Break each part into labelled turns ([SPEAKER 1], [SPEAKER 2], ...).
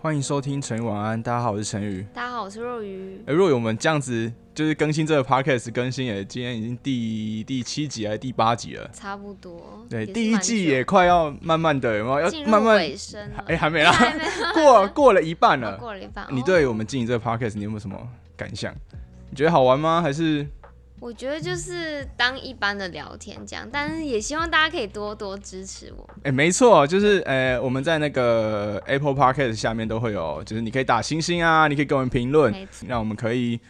[SPEAKER 1] 欢迎收听成语晚安，大家好，我是陈宇。
[SPEAKER 2] 大家好，我是若愚。
[SPEAKER 1] 哎、若有我们这样子就是更新这个 podcast 更新也今天已经第第七集还是第八集了。
[SPEAKER 2] 差不多，
[SPEAKER 1] 对，
[SPEAKER 2] 也是
[SPEAKER 1] 第一
[SPEAKER 2] 蛮
[SPEAKER 1] 季
[SPEAKER 2] 久
[SPEAKER 1] 也快要慢慢的，有没有要
[SPEAKER 2] 进
[SPEAKER 1] 慢
[SPEAKER 2] 入
[SPEAKER 1] 慢？
[SPEAKER 2] 尾声了，
[SPEAKER 1] 哎、还没啦，
[SPEAKER 2] 还没
[SPEAKER 1] 过过了一半
[SPEAKER 2] 哦
[SPEAKER 1] 了。
[SPEAKER 2] 过了一半。
[SPEAKER 1] 你
[SPEAKER 2] 哦
[SPEAKER 1] 对我们经营这个 podcast 你有没有什么感想？你觉得好玩吗？还是
[SPEAKER 2] 我觉得就是当一般的聊天这样，但是也希望大家可以多多支持我。
[SPEAKER 1] 哎、没错，就是呃，我们在那个 Apple Podcast 下面都会有，就是你可以打星星啊，你可以给我们评论
[SPEAKER 2] 没，错
[SPEAKER 1] 让我们可以
[SPEAKER 2] 改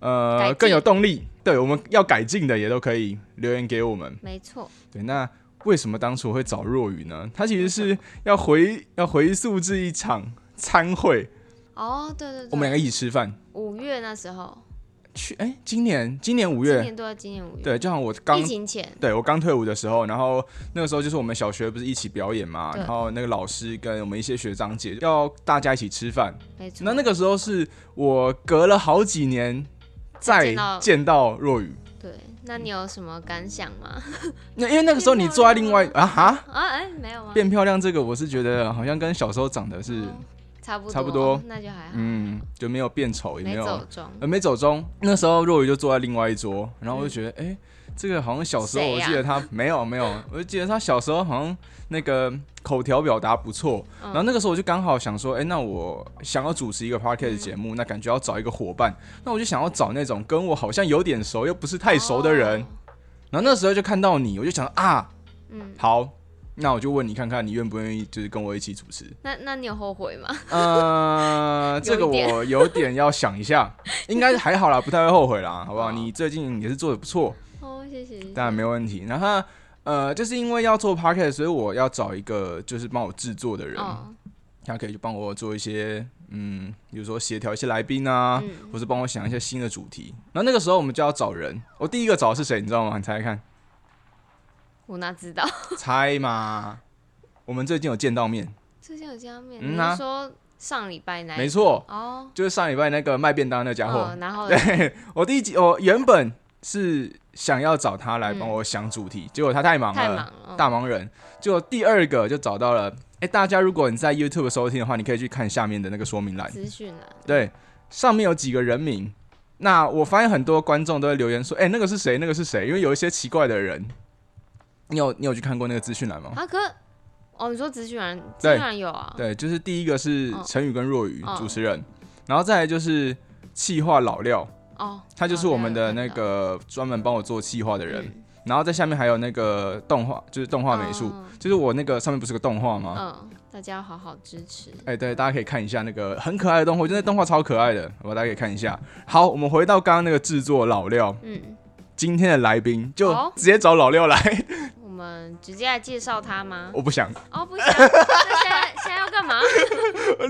[SPEAKER 1] 呃
[SPEAKER 2] 进
[SPEAKER 1] 更有动力。对，我们要改进的也都可以留言给我们。
[SPEAKER 2] 没错，
[SPEAKER 1] 对，那为什么当初会找若雨呢？他其实是要回 要回溯至一场餐会，
[SPEAKER 2] 哦，对对对，
[SPEAKER 1] 我们两个一起吃饭。
[SPEAKER 2] 五月那时候，
[SPEAKER 1] 去哎、今年今年五
[SPEAKER 2] 今
[SPEAKER 1] 月，
[SPEAKER 2] 年对，今年五月，
[SPEAKER 1] 对，就像我刚
[SPEAKER 2] 疫情前，
[SPEAKER 1] 对我刚退伍的时候，然后那个时候就是我们小学不是一起表演嘛，
[SPEAKER 2] 对
[SPEAKER 1] 然后那个老师跟我们一些学长姐要大家一起吃饭。
[SPEAKER 2] 没错。
[SPEAKER 1] 那那个时候是我隔了好几年再
[SPEAKER 2] 见到
[SPEAKER 1] 见到若雨，
[SPEAKER 2] 对，那你有什么感想吗？
[SPEAKER 1] 那因为那个时候你坐在另外
[SPEAKER 2] 变
[SPEAKER 1] 啊哈
[SPEAKER 2] 啊，哎，没有吗？
[SPEAKER 1] 变漂亮这个，我是觉得好像跟小时候长得是
[SPEAKER 2] 哦差不多，哦
[SPEAKER 1] 差不多
[SPEAKER 2] 那就还好，
[SPEAKER 1] 嗯就没有变丑，也没
[SPEAKER 2] 没
[SPEAKER 1] 有
[SPEAKER 2] 走中。
[SPEAKER 1] 呃，没走中。那时候若雨就坐在另外一桌，然后我就觉得，哎、这个好像小时候
[SPEAKER 2] 嗯谁啊
[SPEAKER 1] 我
[SPEAKER 2] 呀
[SPEAKER 1] 记得他、没有没有， 我就记得他小时候好像那个口条表达不错。
[SPEAKER 2] 嗯
[SPEAKER 1] 然后那个时候我就刚好想说，哎、那我想要主持一个 podcast 节目，那感觉要找一个伙伴，那我就想要找那种跟我好像有点熟又不是太熟的人。
[SPEAKER 2] 哦
[SPEAKER 1] 然后那时候就看到你，我就想啊，
[SPEAKER 2] 嗯，
[SPEAKER 1] 好。那我就问你看看，你愿不愿意就是跟我一起主持？
[SPEAKER 2] 那那你有后悔吗？
[SPEAKER 1] 呃， 这个
[SPEAKER 2] 有一点
[SPEAKER 1] 我有点要想一 下，应该还好啦，不太会后悔啦，好不好？
[SPEAKER 2] 哦
[SPEAKER 1] 你最近也是做的不错，
[SPEAKER 2] 哦，谢谢。谢谢
[SPEAKER 1] 当然没问题。然后呃，就是因为要做 p o c a s t 所以我要找一个就是帮我制作的人，
[SPEAKER 2] 哦，
[SPEAKER 1] 他可以去帮我做一些嗯，比如说协调一些来宾啊，
[SPEAKER 2] 嗯，
[SPEAKER 1] 或是帮我想一些新的主题。然后那个时候我们就要找人，我第一个找的是谁，你知道吗？你猜猜看，
[SPEAKER 2] 我哪知道？
[SPEAKER 1] 猜嘛。我们最近有见到面，
[SPEAKER 2] 最近有见到面，
[SPEAKER 1] 嗯
[SPEAKER 2] 你
[SPEAKER 1] 啊
[SPEAKER 2] 是说上礼拜那一
[SPEAKER 1] 没错，
[SPEAKER 2] 哦，
[SPEAKER 1] 就是上礼拜那个卖便当那家伙。
[SPEAKER 2] 嗯然后
[SPEAKER 1] 对我第一集，我原本是想要找他来帮我想主题，结果他太忙
[SPEAKER 2] 嗯太
[SPEAKER 1] 了，
[SPEAKER 2] 忙嗯了，哦
[SPEAKER 1] 大忙人。结果第二个就找到了，哎、大家如果你在 YouTube 收听的话，你可以去看下面的那个说明栏，
[SPEAKER 2] 资讯啊，
[SPEAKER 1] 对，上面有几个人名。那我发现很多观众都会留言说，哎、那个是谁？那个是谁？因为有一些奇怪的人，你有你有去看过那个资讯栏吗？
[SPEAKER 2] 啊，可哦，你说资讯人，资
[SPEAKER 1] 对
[SPEAKER 2] 讯人有啊，
[SPEAKER 1] 对，就是第一个是
[SPEAKER 2] 嗯
[SPEAKER 1] 陈宇跟若雨、
[SPEAKER 2] 嗯
[SPEAKER 1] 主持人，然后再来就是气化老廖，
[SPEAKER 2] 哦，
[SPEAKER 1] 他就是我们的
[SPEAKER 2] 好
[SPEAKER 1] 那个专门帮我做气化的人。，
[SPEAKER 2] 嗯
[SPEAKER 1] 然后在下面还有那个动画，就是动画美术，哦
[SPEAKER 2] 嗯
[SPEAKER 1] 就是我那个上面不是有个动画吗？
[SPEAKER 2] 嗯，大家要好好支持，
[SPEAKER 1] 哎、对，大家可以看一下那个很可爱的动画，我觉得那动画超可爱的，好吧，大家可以看一下。好，我们回到刚刚那个制作老廖，
[SPEAKER 2] 嗯，
[SPEAKER 1] 今天的来宾就
[SPEAKER 2] 好
[SPEAKER 1] 直接找老廖来，
[SPEAKER 2] 我们直接来介绍他吗？
[SPEAKER 1] 我不想
[SPEAKER 2] 哦，不行，那现在现在要干嘛？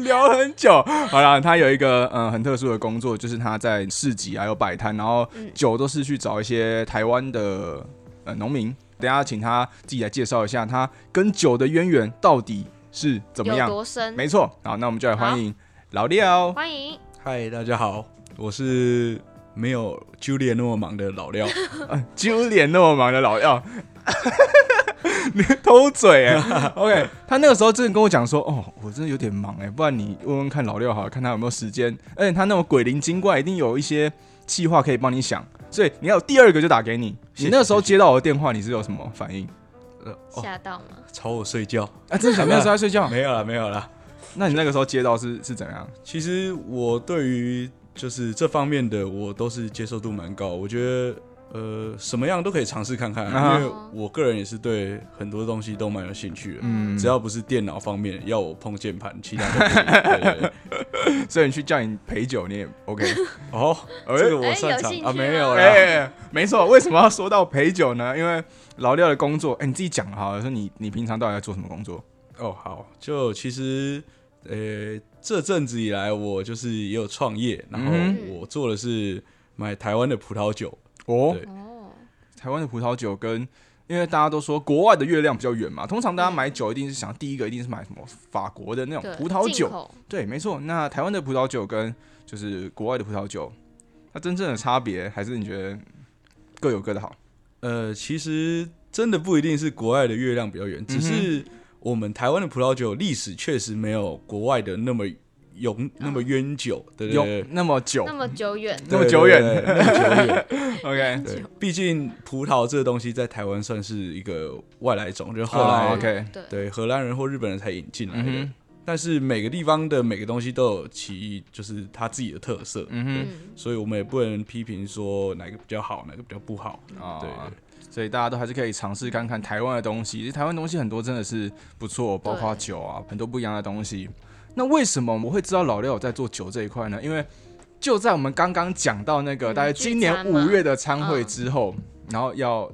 [SPEAKER 1] 聊很久。好啦，他有一个嗯、呃很特殊的工作，就是他在市集还有摆摊，然后
[SPEAKER 2] 嗯
[SPEAKER 1] 酒都是去找一些台湾的呃农民。等一下请他自己来介绍一下他跟酒的渊源到底是 怎么
[SPEAKER 2] 有
[SPEAKER 1] 样。
[SPEAKER 2] 多深？
[SPEAKER 1] 没错，好，那我们就来欢迎老廖。
[SPEAKER 2] 欢迎，
[SPEAKER 3] 嗨，大家好，我是没有 Julia 那么忙的老 廖。
[SPEAKER 1] 揪脸那么忙的老廖， 你偷嘴哎、OK，他那个时候真的跟我讲说，哦，我真的有点忙哎、不然你问问看老廖好了，看他有没有时间。而且他那种鬼灵精怪，一定有一些计划可以帮你想，所以你要有第二个就打给你。
[SPEAKER 3] 谢
[SPEAKER 1] 你
[SPEAKER 3] 谢
[SPEAKER 1] 那时候接到我的电话，你是有什么反应？
[SPEAKER 3] 呃，哦，
[SPEAKER 2] 吓到吗？
[SPEAKER 3] 吵我睡觉？
[SPEAKER 1] 啊，真的想那时候在睡觉？
[SPEAKER 3] 没有啦，没有啦。
[SPEAKER 1] 那你那个时候接到是是怎样？
[SPEAKER 3] 其实我对于就是这方面的，我都是接受度蛮高。我觉得呃，什么样都可以尝试看看，
[SPEAKER 1] 啊哈
[SPEAKER 3] 因为我个人也是对很多东西都蛮有兴趣的。
[SPEAKER 1] 嗯
[SPEAKER 3] 只要不是电脑方面要我碰键盘，其他都可 以。对对对
[SPEAKER 1] 所以你去叫你陪酒，你也 OK。
[SPEAKER 3] 哦，这个
[SPEAKER 2] 哎
[SPEAKER 3] 我擅
[SPEAKER 2] 有
[SPEAKER 3] 长
[SPEAKER 2] 兴趣
[SPEAKER 3] 啊，没有
[SPEAKER 2] 吗
[SPEAKER 3] 啦。
[SPEAKER 1] 哎、没错，为什么要说到陪酒呢？因为老廖的工作，哎、你自己讲好了，说你你平常到底在做什么工作？
[SPEAKER 3] 哦，好，就其实，呃，这阵子以来，我就是也有创业，然后
[SPEAKER 1] 嗯
[SPEAKER 2] 哼
[SPEAKER 3] 我做的是买台湾的葡萄酒，
[SPEAKER 1] 哦
[SPEAKER 3] 对
[SPEAKER 2] 哦，
[SPEAKER 1] 台湾的葡萄酒跟，因为大家都说国外的月亮比较圆嘛，通常大家买酒一定是想第一个一定是买什么法国的那种
[SPEAKER 2] 对，
[SPEAKER 1] 哦葡萄
[SPEAKER 2] 进
[SPEAKER 1] 酒，
[SPEAKER 2] 口
[SPEAKER 1] 对，没错。那台湾的葡萄酒跟就是国外的葡萄酒，它真正的差别还是你觉得各有各的好？
[SPEAKER 3] 呃，其实真的不一定是国外的月
[SPEAKER 1] 嗯
[SPEAKER 3] 亮比较圆，只是我们台湾的葡萄酒历史确实没有国外的那么永那么悠久，对
[SPEAKER 1] 嗯
[SPEAKER 3] 对
[SPEAKER 1] 有
[SPEAKER 3] 对，
[SPEAKER 1] 那么久
[SPEAKER 2] 那么久远，
[SPEAKER 1] 那么久远
[SPEAKER 3] 对对对那么久远。
[SPEAKER 1] ，OK，
[SPEAKER 3] 对，毕竟葡萄这个东西在台湾算是一个外来种，就是后
[SPEAKER 1] 哦
[SPEAKER 3] 来、
[SPEAKER 1] ，OK，
[SPEAKER 2] 对，
[SPEAKER 3] 对荷兰人或日本人才引进来的。
[SPEAKER 1] 嗯哼
[SPEAKER 3] 但是每个地方的每个东西都有其就是它自己的特色，
[SPEAKER 1] 嗯
[SPEAKER 2] 嗯，
[SPEAKER 3] 所以我们也不能批评说哪个比较好，哪个比较不好。
[SPEAKER 1] 哼，哦
[SPEAKER 3] 对，
[SPEAKER 1] 所以大家都还是可以尝试看看台湾的东西，其实台湾东西很多真的是不错，包括
[SPEAKER 2] 对
[SPEAKER 1] 酒啊，很多不一样的东西。那为什么我会知道老廖有在做酒这一块呢？因为就在我们刚刚讲到那个
[SPEAKER 2] 嗯
[SPEAKER 1] 大概今
[SPEAKER 2] 聚
[SPEAKER 1] 年
[SPEAKER 2] 餐嘛
[SPEAKER 1] 五月的参会
[SPEAKER 2] 嗯
[SPEAKER 1] 之后，然后要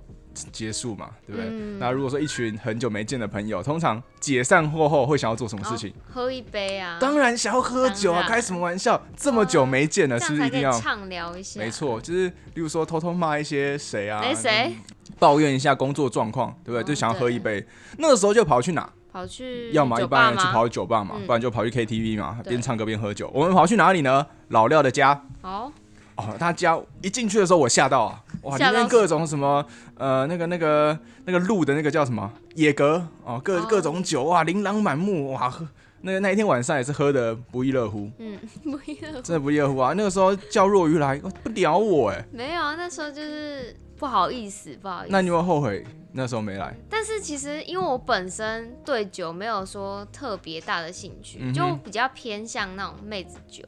[SPEAKER 1] 结束嘛，对不对？
[SPEAKER 2] 嗯
[SPEAKER 1] 那如果说一群很久没见的朋友，通常解散过后会想要做什么事情？
[SPEAKER 2] 好喝一杯啊，
[SPEAKER 1] 当然想要喝酒啊，
[SPEAKER 2] 嗯当然哦
[SPEAKER 1] 开什么玩笑？这么久没见了，
[SPEAKER 2] 这
[SPEAKER 1] 是
[SPEAKER 2] 样
[SPEAKER 1] 不是一
[SPEAKER 2] 才可
[SPEAKER 1] 定
[SPEAKER 2] 以
[SPEAKER 1] 要？
[SPEAKER 2] 畅聊一下，
[SPEAKER 1] 没，错，就是例如说偷偷骂一些谁啊，
[SPEAKER 2] 哎谁
[SPEAKER 1] 抱怨一下工作状况，对不对？
[SPEAKER 2] 嗯
[SPEAKER 1] 就想要喝一杯，那个时候就跑去哪？
[SPEAKER 2] 跑去
[SPEAKER 1] 要么一
[SPEAKER 2] 嗯酒
[SPEAKER 1] 般
[SPEAKER 2] 吧
[SPEAKER 1] 人去
[SPEAKER 2] 吗
[SPEAKER 1] 跑酒吧嘛，
[SPEAKER 2] 嗯
[SPEAKER 1] 不然就跑去 KTV 嘛，
[SPEAKER 2] 对
[SPEAKER 1] 边唱歌边喝酒。我们跑去哪里呢？老廖的家。
[SPEAKER 2] 好，
[SPEAKER 1] 哦，他家一进去的时候我吓到啊，哇，里
[SPEAKER 2] 吓到
[SPEAKER 1] 面
[SPEAKER 2] 死
[SPEAKER 1] 各种什么呃那个那个那个鹿的那个叫什么野格哦，各
[SPEAKER 2] 哦
[SPEAKER 1] 各种酒哇，琳琅满目哇，喝那个那一天晚上也是喝的不亦乐乎，
[SPEAKER 2] 嗯， 不要，
[SPEAKER 1] 真的不亦乐乎啊。那个时候叫若愚来哦不聊我哎、
[SPEAKER 2] 没有啊，那时候就是不好意思，不好意思。
[SPEAKER 1] 那你有没有后悔那时候没来？
[SPEAKER 2] 但是其实因为我本身对酒没有说特别大的兴趣，
[SPEAKER 1] 嗯哼
[SPEAKER 2] 就比较偏向那种妹子酒，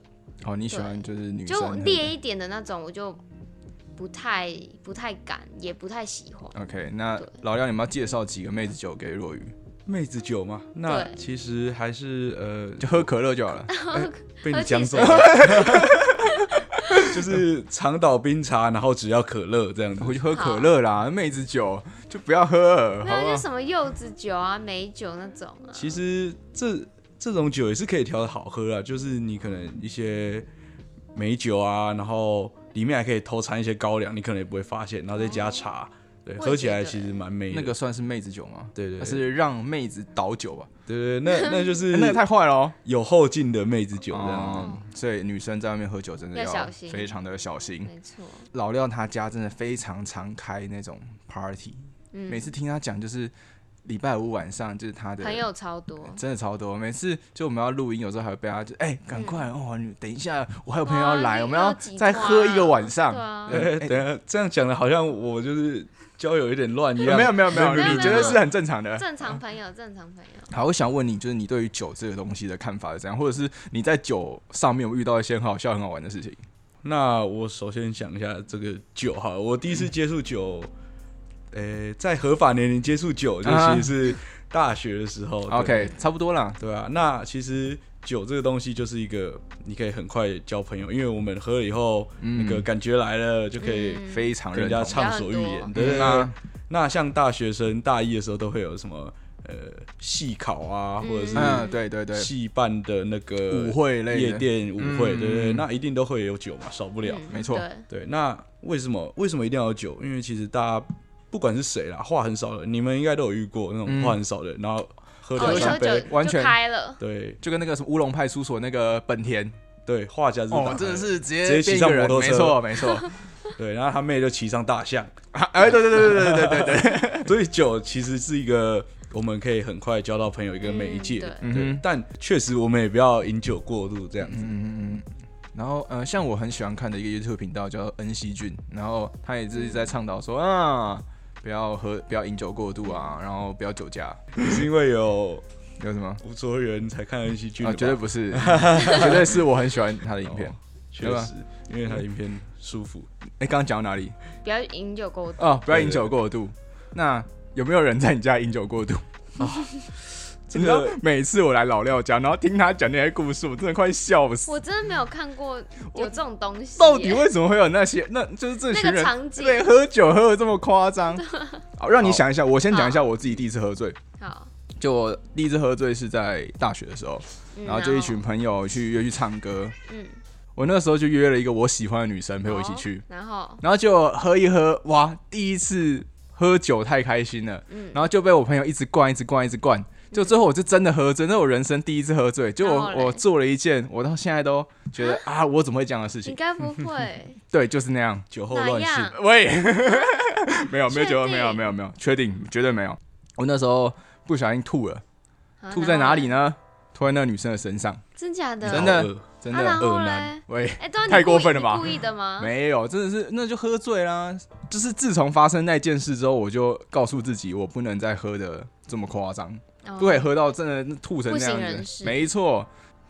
[SPEAKER 1] 哦，你喜欢就是女生
[SPEAKER 2] 就
[SPEAKER 1] 喝的
[SPEAKER 2] 烈一点的那种，我就不太不太敢，也不太喜欢。
[SPEAKER 1] OK，那
[SPEAKER 2] 嗯对
[SPEAKER 1] 老廖，你们要介绍几个妹子酒给若愚？
[SPEAKER 3] 妹子酒嘛，那
[SPEAKER 2] 对
[SPEAKER 3] 其实还是呃，
[SPEAKER 1] 就喝可乐就好 了。
[SPEAKER 3] 被你
[SPEAKER 2] 喝汽
[SPEAKER 3] 讲走
[SPEAKER 2] 水
[SPEAKER 3] 了， 就是长岛冰茶，然后只要可乐这样子。
[SPEAKER 1] 回去喝可乐啦，妹子酒就不要喝了，
[SPEAKER 2] 没
[SPEAKER 1] 好啊
[SPEAKER 2] 有，
[SPEAKER 1] 不
[SPEAKER 2] 就
[SPEAKER 1] 好？
[SPEAKER 2] 什么柚子酒啊、美酒那种啊。
[SPEAKER 3] 其实这这种酒也是可以调的好喝啊，就是你可能一些美酒啊，然后里面还可以偷掺一些高粱，你可能也不会发现，然后再加茶，对，
[SPEAKER 2] 我也
[SPEAKER 3] 喝起来
[SPEAKER 2] 觉
[SPEAKER 3] 其
[SPEAKER 2] 得
[SPEAKER 3] 实蛮美的。
[SPEAKER 1] 那个算是妹子酒吗？
[SPEAKER 3] 对对
[SPEAKER 1] 那
[SPEAKER 3] 对
[SPEAKER 1] 是让妹子倒酒吧？
[SPEAKER 3] 对对，那那就
[SPEAKER 1] 欸
[SPEAKER 3] 是
[SPEAKER 1] 那个太坏了哦。
[SPEAKER 3] 有后劲的妹子酒这样子。
[SPEAKER 1] 哦，所以女生在外面喝酒真的
[SPEAKER 2] 要
[SPEAKER 1] 要
[SPEAKER 2] 小心
[SPEAKER 1] 非常的小心。
[SPEAKER 2] 没错，
[SPEAKER 1] 老廖他家真的非常常开那种 party，
[SPEAKER 2] 嗯，
[SPEAKER 1] 每次听他讲就是礼拜五晚上就是他的
[SPEAKER 2] 朋友超多，
[SPEAKER 1] 真的超多，每次就我们要录音，有时候还会被他就哎，赶、快、哦，你等一下，我还有朋友要
[SPEAKER 2] 哇
[SPEAKER 1] 来，
[SPEAKER 2] 嗯哦你
[SPEAKER 1] 我们要
[SPEAKER 2] 要几
[SPEAKER 1] 再
[SPEAKER 2] 团啊
[SPEAKER 1] 喝一个晚上
[SPEAKER 2] 对。啊，
[SPEAKER 3] 哎、等一下这样讲的好像我就是交友有点乱一样。
[SPEAKER 1] 没有没有没有，
[SPEAKER 2] 啊没有
[SPEAKER 1] 你
[SPEAKER 2] 没
[SPEAKER 1] 觉得
[SPEAKER 2] 有
[SPEAKER 1] 是很正常的。
[SPEAKER 2] 正常朋友，正常朋友。
[SPEAKER 1] 好，我想问你，就是你对于酒这个东西的看法是怎样，或者是你在酒上面有没有遇到一些很好笑、很好玩的事情？
[SPEAKER 3] 那我首先讲一下这个酒哈，我第一次接触酒，呃、在合法年龄接触酒，就
[SPEAKER 1] 啊
[SPEAKER 3] 其实是大学的时哦候。对
[SPEAKER 1] OK，差不多啦。
[SPEAKER 3] 对啊，那其实酒这个东西就是一个你可以很快交朋友，因为我们喝了以后，
[SPEAKER 1] 嗯
[SPEAKER 3] 那个感觉来了就可以
[SPEAKER 2] 嗯
[SPEAKER 1] 非常
[SPEAKER 3] 跟人
[SPEAKER 1] 认
[SPEAKER 3] 家
[SPEAKER 1] 同。
[SPEAKER 3] 畅所欲言。
[SPEAKER 2] 嗯
[SPEAKER 3] 对对对
[SPEAKER 1] 那。
[SPEAKER 3] 那像大学生大一的时候都会有什么呃戏考啊，或者是
[SPEAKER 1] 嗯，对对对，
[SPEAKER 3] 戏办的那个
[SPEAKER 1] 舞会类的
[SPEAKER 3] 夜店舞会，
[SPEAKER 1] 嗯
[SPEAKER 3] 对不对？
[SPEAKER 1] 嗯
[SPEAKER 3] 那一定都会有酒嘛，少不了。
[SPEAKER 2] 嗯
[SPEAKER 1] 没错
[SPEAKER 2] 对，
[SPEAKER 3] 对，那为什么为什么一定要有酒？因为其实大家不管是谁啦，话很少的，你们应该都有遇过那
[SPEAKER 1] 嗯
[SPEAKER 3] 种话很少的，然后喝
[SPEAKER 2] 哦，
[SPEAKER 3] 两
[SPEAKER 2] 一
[SPEAKER 1] 酒
[SPEAKER 2] 喝酒
[SPEAKER 3] 三杯，
[SPEAKER 2] 就
[SPEAKER 1] 完全
[SPEAKER 2] 开了，
[SPEAKER 3] 对
[SPEAKER 1] 就跟那个什么乌龙派出所那个本田，
[SPEAKER 3] 对，话匣子打
[SPEAKER 1] 哦
[SPEAKER 3] 开，
[SPEAKER 1] 真的是直接
[SPEAKER 3] 直接
[SPEAKER 1] 变
[SPEAKER 3] 骑
[SPEAKER 1] 一个
[SPEAKER 3] 上
[SPEAKER 1] 人
[SPEAKER 3] 摩托
[SPEAKER 1] 没
[SPEAKER 3] 车
[SPEAKER 1] 错没错。
[SPEAKER 3] 对，然后他妹就骑上大象，
[SPEAKER 1] 啊哎，对对对对对对对对，
[SPEAKER 3] 所以酒其实是一个我们可以很快交到朋友一个媒介，
[SPEAKER 2] 嗯
[SPEAKER 1] 对嗯
[SPEAKER 3] 对
[SPEAKER 1] 哼，
[SPEAKER 3] 但确实我们也不要饮酒过度这样子，
[SPEAKER 1] 然后，呃，像我很喜欢看的一个 YouTube 频道叫恩熙俊，然后他也是在倡导说啊，不要喝，不要饮酒过度啊，然后不要酒驾，
[SPEAKER 3] 是因为有
[SPEAKER 1] 有什么？
[SPEAKER 3] 吴卓源才看恩熙剧
[SPEAKER 1] 啊，
[SPEAKER 3] 的吧
[SPEAKER 1] 绝对不 是，绝对是我很喜欢他的影片
[SPEAKER 3] 哦。确
[SPEAKER 1] 对吧
[SPEAKER 3] 实，因为他影片舒服。
[SPEAKER 1] 哎，刚刚讲到哪里？
[SPEAKER 2] 不要饮酒过度。
[SPEAKER 1] 哦，不要饮酒过度。那有没有人在你家饮酒过度？
[SPEAKER 3] 这
[SPEAKER 1] 你知道
[SPEAKER 3] 个
[SPEAKER 1] 每次我来老廖家，然后听他讲那些故事，我真的快笑死。
[SPEAKER 2] 我真的没有看过有这种东西耶，
[SPEAKER 1] 到底为什么会有那些？那就是这群
[SPEAKER 2] 那个
[SPEAKER 1] 人
[SPEAKER 2] 场景
[SPEAKER 1] 对喝酒喝的这么夸 张。好，让你想一下，我先讲一下我自己第一次喝醉。
[SPEAKER 2] 好，
[SPEAKER 1] 就我第一次喝醉是在大学的时候，
[SPEAKER 2] 嗯
[SPEAKER 1] 然后就一群朋友去约去唱歌。
[SPEAKER 2] 嗯哦
[SPEAKER 1] 我那时候就约了一个我喜欢的女生陪我一起去，，
[SPEAKER 2] 然后
[SPEAKER 1] 然后就喝一喝，哇，第一次喝酒太开心了，
[SPEAKER 2] 嗯
[SPEAKER 1] 然后就被我朋友一直灌，一直灌，一直灌，就最后我就真的喝醉，那是我人生第一次喝醉，就
[SPEAKER 2] 然
[SPEAKER 1] 我
[SPEAKER 2] 后嘞
[SPEAKER 1] 我做了一件我到现在都觉得啊，我怎么会这样的事
[SPEAKER 2] 你
[SPEAKER 1] 情？
[SPEAKER 2] 该不会
[SPEAKER 1] 对，就是那 样。
[SPEAKER 3] 酒后
[SPEAKER 2] 哪
[SPEAKER 3] 乱性，
[SPEAKER 2] 样？
[SPEAKER 1] 喂， 没有没有
[SPEAKER 2] 确
[SPEAKER 1] 酒后
[SPEAKER 2] 定
[SPEAKER 1] 没有没有没有，确定绝对没有。我那时候不小心吐了，
[SPEAKER 2] 啊
[SPEAKER 1] 吐在哪里？呢？拖在那个女生的身上，
[SPEAKER 2] 真假的？
[SPEAKER 1] 真的
[SPEAKER 3] 好饿
[SPEAKER 1] 真
[SPEAKER 2] 啊、然
[SPEAKER 1] 的。
[SPEAKER 2] 后
[SPEAKER 3] 恶
[SPEAKER 2] 嘞
[SPEAKER 3] 男？
[SPEAKER 1] 喂，
[SPEAKER 2] 哎、对啊，你
[SPEAKER 1] 太
[SPEAKER 2] 故
[SPEAKER 1] 过
[SPEAKER 2] 意
[SPEAKER 1] 分了
[SPEAKER 2] 你
[SPEAKER 1] 吧
[SPEAKER 2] 故意的吗？
[SPEAKER 1] 没有，真的是那就喝醉啦。就是自从发生那件事之后，我就告诉自己，我不能再喝的这么夸张，
[SPEAKER 2] 哦
[SPEAKER 1] 不可以喝到真的吐成那
[SPEAKER 2] 不省
[SPEAKER 1] 样
[SPEAKER 2] 人
[SPEAKER 1] 子。
[SPEAKER 2] 事
[SPEAKER 1] 没错，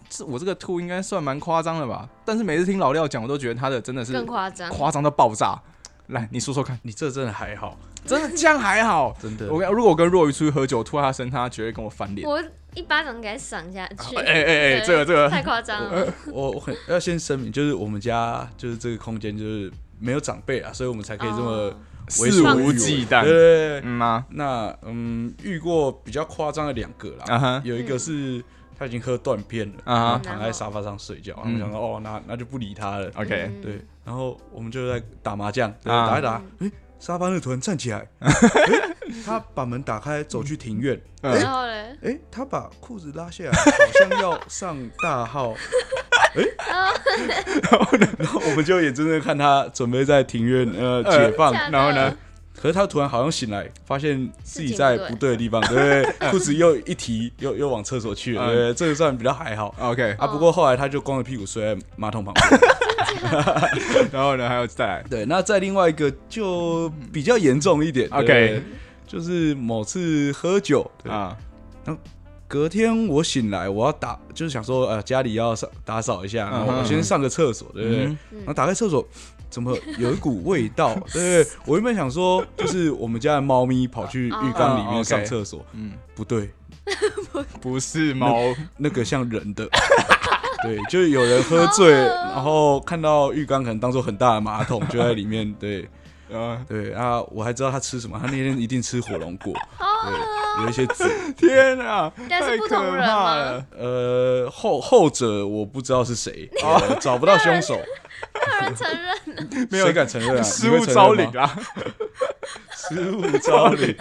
[SPEAKER 1] 这我这个吐应该算蛮夸张的吧？但是每次听老廖讲，我都觉得他的真的是
[SPEAKER 2] 更夸 张。
[SPEAKER 1] 夸张到爆炸。来，你说说 看，
[SPEAKER 3] 你这真的还好，
[SPEAKER 1] 真的这样还好？
[SPEAKER 3] 真的
[SPEAKER 1] 我。跟如果我跟若愚出去喝酒，吐在他身上，他绝对跟我翻脸。
[SPEAKER 2] 我一巴掌给他赏下去。
[SPEAKER 1] 哎哎哎，
[SPEAKER 2] 对
[SPEAKER 1] 这个这呃个，
[SPEAKER 2] 太夸张了。
[SPEAKER 3] 我我很要先声明，就是我们家就是这个空间就是没有长辈啊，所以我们才可以这么
[SPEAKER 2] 哦
[SPEAKER 3] 为
[SPEAKER 1] 肆
[SPEAKER 3] 所欲
[SPEAKER 1] 无
[SPEAKER 3] 为
[SPEAKER 1] 忌惮。
[SPEAKER 3] 对对对
[SPEAKER 1] 嗯啊，
[SPEAKER 3] 那嗯，遇过比较夸张的两个啦，
[SPEAKER 1] 啊哈
[SPEAKER 3] 有一个是他已经喝断片了，
[SPEAKER 1] 啊哈嗯
[SPEAKER 3] 然后躺在沙发上睡觉，然后我想说哦，那那就不理他了。
[SPEAKER 1] ，OK，
[SPEAKER 2] 嗯
[SPEAKER 3] 对，然后我们就在打麻将，对
[SPEAKER 1] 啊
[SPEAKER 3] 打一打，诶，沙发那个突然站 起来，诶他把门打开走去庭院，
[SPEAKER 1] 嗯
[SPEAKER 2] 然后嘞，
[SPEAKER 3] 诶，他把裤子拉下来，好像要上大 号。
[SPEAKER 1] 哦
[SPEAKER 3] 诶，然后呢，然后我们就眼睁睁地看他准备在庭院呃
[SPEAKER 1] 呃
[SPEAKER 3] 解放，
[SPEAKER 2] 真的
[SPEAKER 1] 然后呢？
[SPEAKER 3] 可是他突然好像醒来，发现自己
[SPEAKER 2] 事情
[SPEAKER 3] 在
[SPEAKER 2] 不对
[SPEAKER 3] 不对的地方，对不对？裤子又一提，又又往厕所去了，
[SPEAKER 1] 嗯
[SPEAKER 3] 对不对这个算比较还好
[SPEAKER 1] ，OK，
[SPEAKER 3] 啊。不过后来他就光着屁股睡在马桶旁
[SPEAKER 1] 嗯
[SPEAKER 3] 边。
[SPEAKER 1] 然后呢，还有再来，
[SPEAKER 3] 对，那再另外一个就比较严重一点
[SPEAKER 1] OK
[SPEAKER 3] 对不对就是某次喝酒啊，
[SPEAKER 1] 啊，
[SPEAKER 3] 隔天我醒来，我要打，就是想说呃家里要扫打扫一下，然后
[SPEAKER 1] 嗯
[SPEAKER 3] 我
[SPEAKER 1] 哼
[SPEAKER 3] 先上个厕所，对不对
[SPEAKER 1] 嗯？
[SPEAKER 3] 然后打开厕所。怎么有一股味道？对不对，我原本想说，就是我们家的猫咪跑去浴缸里
[SPEAKER 1] 哦，OK
[SPEAKER 3] 面上厕所，
[SPEAKER 1] 嗯，
[SPEAKER 3] 不对，
[SPEAKER 1] 不是猫，
[SPEAKER 3] 那个像人的。 对，就是有人喝醉，
[SPEAKER 2] 好恶哦
[SPEAKER 3] 然后看到浴缸可能当做很大的马桶，就在里面。 对
[SPEAKER 1] 呃，
[SPEAKER 3] 对啊，我还知道他吃什么，他那天一定吃火龙果，
[SPEAKER 2] 哦，
[SPEAKER 3] 对，有一些籽。
[SPEAKER 1] 天啊，
[SPEAKER 2] 但是
[SPEAKER 1] 太
[SPEAKER 2] 不
[SPEAKER 1] 可
[SPEAKER 2] 同人
[SPEAKER 1] 怕
[SPEAKER 2] 吗
[SPEAKER 1] 了，
[SPEAKER 3] 呃，后后者我不知道是谁，呃找不到凶手，
[SPEAKER 2] 没有人承 认。
[SPEAKER 1] 没有
[SPEAKER 3] 谁敢承认啊？
[SPEAKER 1] 失物招领
[SPEAKER 3] 啊，
[SPEAKER 1] 啊，
[SPEAKER 3] 失物招领。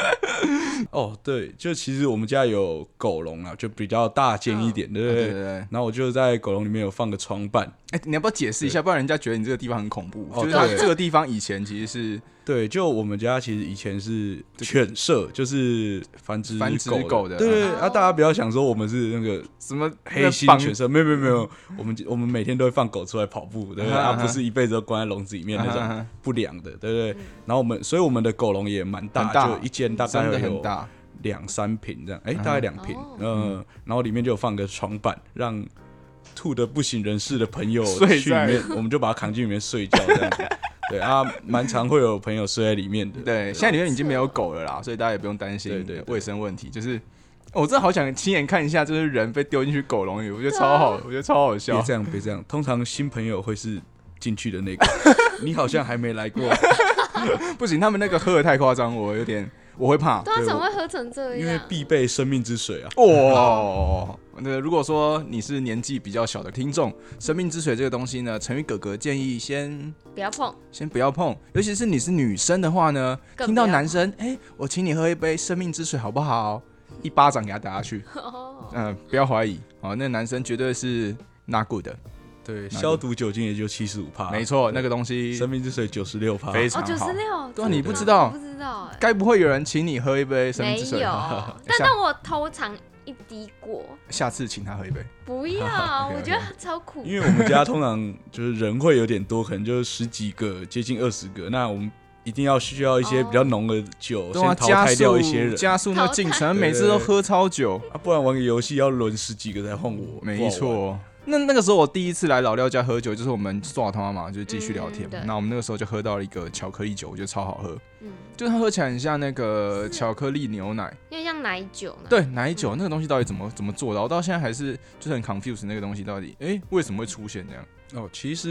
[SPEAKER 3] 哦，对，就其实我们家有狗笼啊，就比较大间一点，对不
[SPEAKER 1] 对对对
[SPEAKER 3] 对？然后我就在狗笼里面有放个床板，
[SPEAKER 1] 哎，你要不要解释一下？不然人家觉得你这个地方很恐怖。
[SPEAKER 3] 哦
[SPEAKER 1] 就是它
[SPEAKER 3] 对
[SPEAKER 1] 这个地方以前其实是
[SPEAKER 3] 对，就我们家其实以前是犬舍，就是繁殖
[SPEAKER 1] 繁殖狗
[SPEAKER 3] 狗
[SPEAKER 1] 的
[SPEAKER 3] 对对对
[SPEAKER 2] 嗯
[SPEAKER 3] 啊，大家不要想说我们是那个
[SPEAKER 1] 什么
[SPEAKER 3] 黑心
[SPEAKER 1] 帮
[SPEAKER 3] 犬舍，没有没有没有，我们我们每天都会放狗出来跑步，对不对？
[SPEAKER 1] 啊哈
[SPEAKER 3] 啊，不是一辈子都关在笼子里面那
[SPEAKER 1] 啊哈啊
[SPEAKER 3] 种
[SPEAKER 1] 哈
[SPEAKER 3] 不良的，对不对？然后我们，所以我们的狗笼也蛮大，
[SPEAKER 1] 很大
[SPEAKER 3] 就一间大概
[SPEAKER 1] 真的很
[SPEAKER 3] 有
[SPEAKER 1] 大，
[SPEAKER 3] 两三平这样，
[SPEAKER 1] 啊
[SPEAKER 3] 哎，大概两平，
[SPEAKER 2] 哦
[SPEAKER 3] 嗯，然后里面就有放个床板，让吐的不省人事的朋 友
[SPEAKER 1] 睡
[SPEAKER 3] 去里
[SPEAKER 1] 在
[SPEAKER 3] 面，我们就把它扛进里面睡觉这样子。 对啊，蛮常会有朋友睡在里面的。
[SPEAKER 1] 对，现在里面已经没有狗了啦，所以大家也不用担
[SPEAKER 3] 对
[SPEAKER 1] 心
[SPEAKER 3] 对对
[SPEAKER 1] 卫生问题。就是哦我真的好想亲眼看一下，就是人被丢进去狗笼里，我觉得超好，
[SPEAKER 2] 啊
[SPEAKER 1] 我觉得超好笑
[SPEAKER 3] 别这。样，别这样。通常新朋友会是进去的 那个，你好像还没来过，
[SPEAKER 1] 不行，他们那个喝的太夸张，我有点我会怕。
[SPEAKER 2] 对啊，
[SPEAKER 3] 对
[SPEAKER 2] 怎么
[SPEAKER 3] 我
[SPEAKER 2] 会喝成这样？
[SPEAKER 3] 因为必备生命之水啊。
[SPEAKER 1] 哦，那如果说你是年纪比较小的听众，生命之水这个东西呢，成语哥哥建议先
[SPEAKER 2] 不要碰，
[SPEAKER 1] 先不要碰，尤其是你是女生的话呢，
[SPEAKER 2] 更
[SPEAKER 1] 听到
[SPEAKER 2] 不要
[SPEAKER 1] 男生，哎、我请你喝一杯生命之水好不好？一巴掌给他打下 去，
[SPEAKER 2] 哦，
[SPEAKER 1] 嗯、不要怀疑哦，那男生绝对是 not good 的，
[SPEAKER 3] 对，消毒酒精也就七十五
[SPEAKER 2] 啊
[SPEAKER 3] 帕，
[SPEAKER 1] 没错，那
[SPEAKER 3] 对
[SPEAKER 1] 个东西
[SPEAKER 3] 生命之水九十六帕，
[SPEAKER 1] 非
[SPEAKER 2] 哦，
[SPEAKER 1] 常
[SPEAKER 2] 九
[SPEAKER 1] 好
[SPEAKER 2] 十。六，
[SPEAKER 1] 对啊你不
[SPEAKER 2] 真
[SPEAKER 1] 知
[SPEAKER 2] 的
[SPEAKER 1] 道
[SPEAKER 2] 我不知道哎，
[SPEAKER 1] 该不会有人请你喝一杯生命
[SPEAKER 2] 没
[SPEAKER 1] 之 水
[SPEAKER 2] 有
[SPEAKER 1] 吧？，
[SPEAKER 2] 但
[SPEAKER 1] 下
[SPEAKER 2] 但我偷尝一滴过，
[SPEAKER 1] 下次请他喝一杯。
[SPEAKER 2] 不要，
[SPEAKER 1] OK，OK
[SPEAKER 2] 我觉得超苦，
[SPEAKER 3] 因为我们家通常就是人会有点多，可能就是十几个，接近二十个。那我们一定要需要一些比较浓的酒，
[SPEAKER 1] 对啊，
[SPEAKER 3] 先淘
[SPEAKER 1] 加
[SPEAKER 3] 汰掉
[SPEAKER 1] 速
[SPEAKER 3] 一些人
[SPEAKER 1] 啊加速那个
[SPEAKER 2] 淘汰
[SPEAKER 1] 进程，每次都喝超久。
[SPEAKER 3] 啊，不然玩个游戏要轮十几个才换我。不
[SPEAKER 1] 没
[SPEAKER 3] 好玩，
[SPEAKER 1] 错。那那个时候我第一次来老廖家喝酒，就是我们耍他嘛，就是继续聊天
[SPEAKER 2] 嗯。对
[SPEAKER 1] 那我们那个时候就喝到了一个巧克力酒，我觉得超好喝，
[SPEAKER 2] 嗯，
[SPEAKER 1] 就是它喝起来很像那个
[SPEAKER 2] 是
[SPEAKER 1] 巧克力牛奶，
[SPEAKER 2] 因为像奶酒呢，
[SPEAKER 1] 对，奶酒那个东西到底怎么怎么做的？我到现在还是就是很 confused 那个东西到底，哎、为什么会出现这样？
[SPEAKER 3] 哦，其实